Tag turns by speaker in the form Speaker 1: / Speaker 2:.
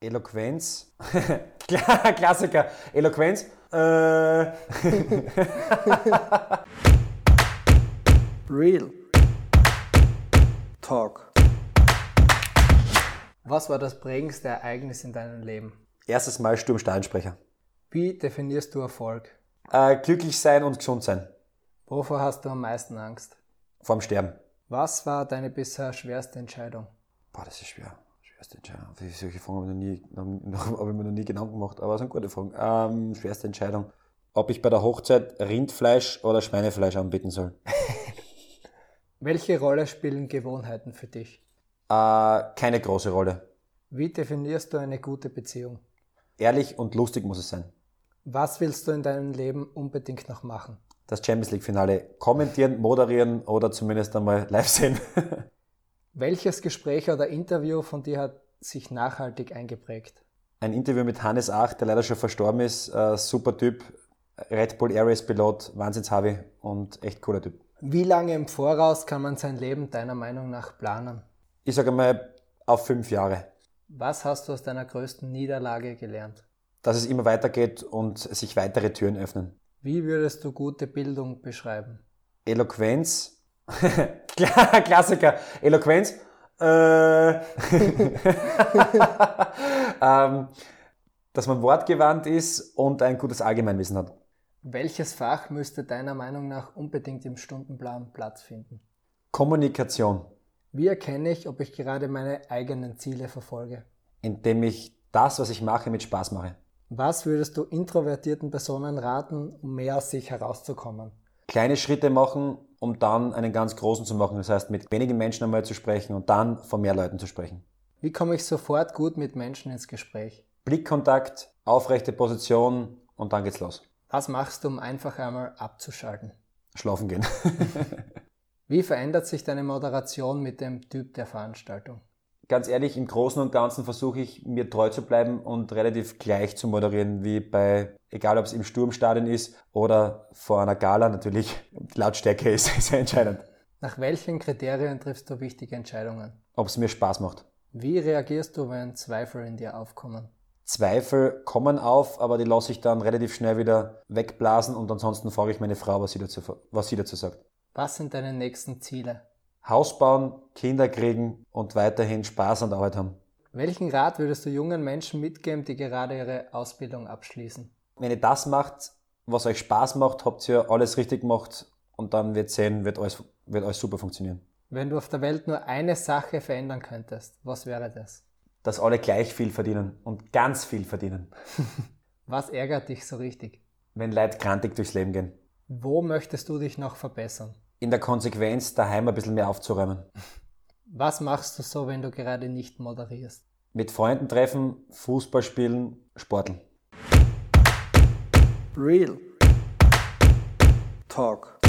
Speaker 1: Eloquenz. Kla- Klassiker. Eloquenz. Äh,
Speaker 2: Real Talk. Was war das prägendste Ereignis in deinem Leben?
Speaker 1: erstes Mal Sturmstadionsprecher.
Speaker 2: Wie definierst du Erfolg?
Speaker 1: Äh, glücklich sein und gesund sein.
Speaker 2: Wovor hast du am meisten Angst?
Speaker 1: Vorm Sterben.
Speaker 2: Was war deine bisher schwerste Entscheidung?
Speaker 1: Boah, das ist schwer. Schwerste Entscheidung. Auf Solche Fragen habe ich, noch nie- noch- habe ich mir noch nie Gedanken gemacht, aber es sind gute Fragen. Ähm, schwerste Entscheidung. Ob ich bei der Hochzeit Rindfleisch oder Schweinefleisch anbieten soll. Äh,
Speaker 2: Welche Rolle spielen Gewohnheiten für dich?
Speaker 1: Äh, keine große Rolle.
Speaker 2: Wie definierst du eine gute Beziehung?
Speaker 1: Ehrlich und lustig muss es sein.
Speaker 2: Was willst du in deinem Leben unbedingt noch machen?
Speaker 1: Das Champions League-Finale kommentieren, moderieren oder zumindest einmal live sehen.
Speaker 2: Welches Gespräch oder Interview von dir hat sich nachhaltig eingeprägt?
Speaker 1: Ein Interview mit Hannes Ach, der leider schon verstorben ist. Äh, super Typ. Red Bull Airways Pilot, Wahnsinnshavi und echt cooler Typ.
Speaker 2: Wie lange im Voraus kann man sein Leben deiner Meinung nach planen?
Speaker 1: Ich sage mal auf fünf Jahre.
Speaker 2: Was hast du aus deiner größten Niederlage gelernt?
Speaker 1: dass es immer weitergeht und sich weitere Türen öffnen.
Speaker 2: Wie würdest du gute Bildung beschreiben?
Speaker 1: Eloquenz. Kla- Klassiker. Eloquenz. Äh, ähm, dass man wortgewandt ist und ein gutes Allgemeinwissen hat.
Speaker 2: Welches Fach müsste deiner Meinung nach unbedingt im Stundenplan Platz finden?
Speaker 1: Kommunikation.
Speaker 2: Wie erkenne ich, ob ich gerade meine eigenen Ziele verfolge?
Speaker 1: Indem ich das, was ich mache, mit Spaß mache.
Speaker 2: Was würdest du introvertierten Personen raten, um mehr aus sich herauszukommen?
Speaker 1: Kleine Schritte machen, um dann einen ganz großen zu machen. Das heißt, mit wenigen Menschen einmal zu sprechen und dann von mehr Leuten zu sprechen.
Speaker 2: Wie komme ich sofort gut mit Menschen ins Gespräch?
Speaker 1: Blickkontakt, aufrechte Position und dann geht's los.
Speaker 2: Was machst du, um einfach einmal abzuschalten?
Speaker 1: Schlafen gehen.
Speaker 2: Wie verändert sich deine Moderation mit dem Typ der Veranstaltung?
Speaker 1: ganz ehrlich, im Großen und Ganzen versuche ich, mir treu zu bleiben und relativ gleich zu moderieren, wie bei, egal ob es im Sturmstadion ist oder vor einer Gala natürlich, die Lautstärke ist sehr entscheidend.
Speaker 2: Nach welchen Kriterien triffst du wichtige Entscheidungen?
Speaker 1: Ob es mir Spaß macht.
Speaker 2: Wie reagierst du, wenn Zweifel in dir aufkommen?
Speaker 1: Zweifel kommen auf, aber die lasse ich dann relativ schnell wieder wegblasen und ansonsten frage ich meine Frau, was sie dazu, was sie dazu sagt.
Speaker 2: Was sind deine nächsten Ziele?
Speaker 1: Haus bauen, Kinder kriegen und weiterhin Spaß an der Arbeit haben.
Speaker 2: Welchen Rat würdest du jungen Menschen mitgeben, die gerade ihre Ausbildung abschließen?
Speaker 1: wenn ihr das macht, was euch Spaß macht, habt ihr alles richtig gemacht und dann wird sehen, wird alles, wird alles super funktionieren.
Speaker 2: Wenn du auf der Welt nur eine Sache verändern könntest, was wäre das?
Speaker 1: Dass alle gleich viel verdienen und ganz viel verdienen,
Speaker 2: Was ärgert dich so richtig?
Speaker 1: wenn Leute krantig durchs Leben gehen.
Speaker 2: Wo möchtest du dich noch verbessern?
Speaker 1: In der Konsequenz daheim ein bisschen mehr aufzuräumen.
Speaker 2: Was machst du so, wenn du gerade nicht moderierst?
Speaker 1: Mit Freunden treffen, Fußball spielen, Sporteln.
Speaker 2: Real Talk.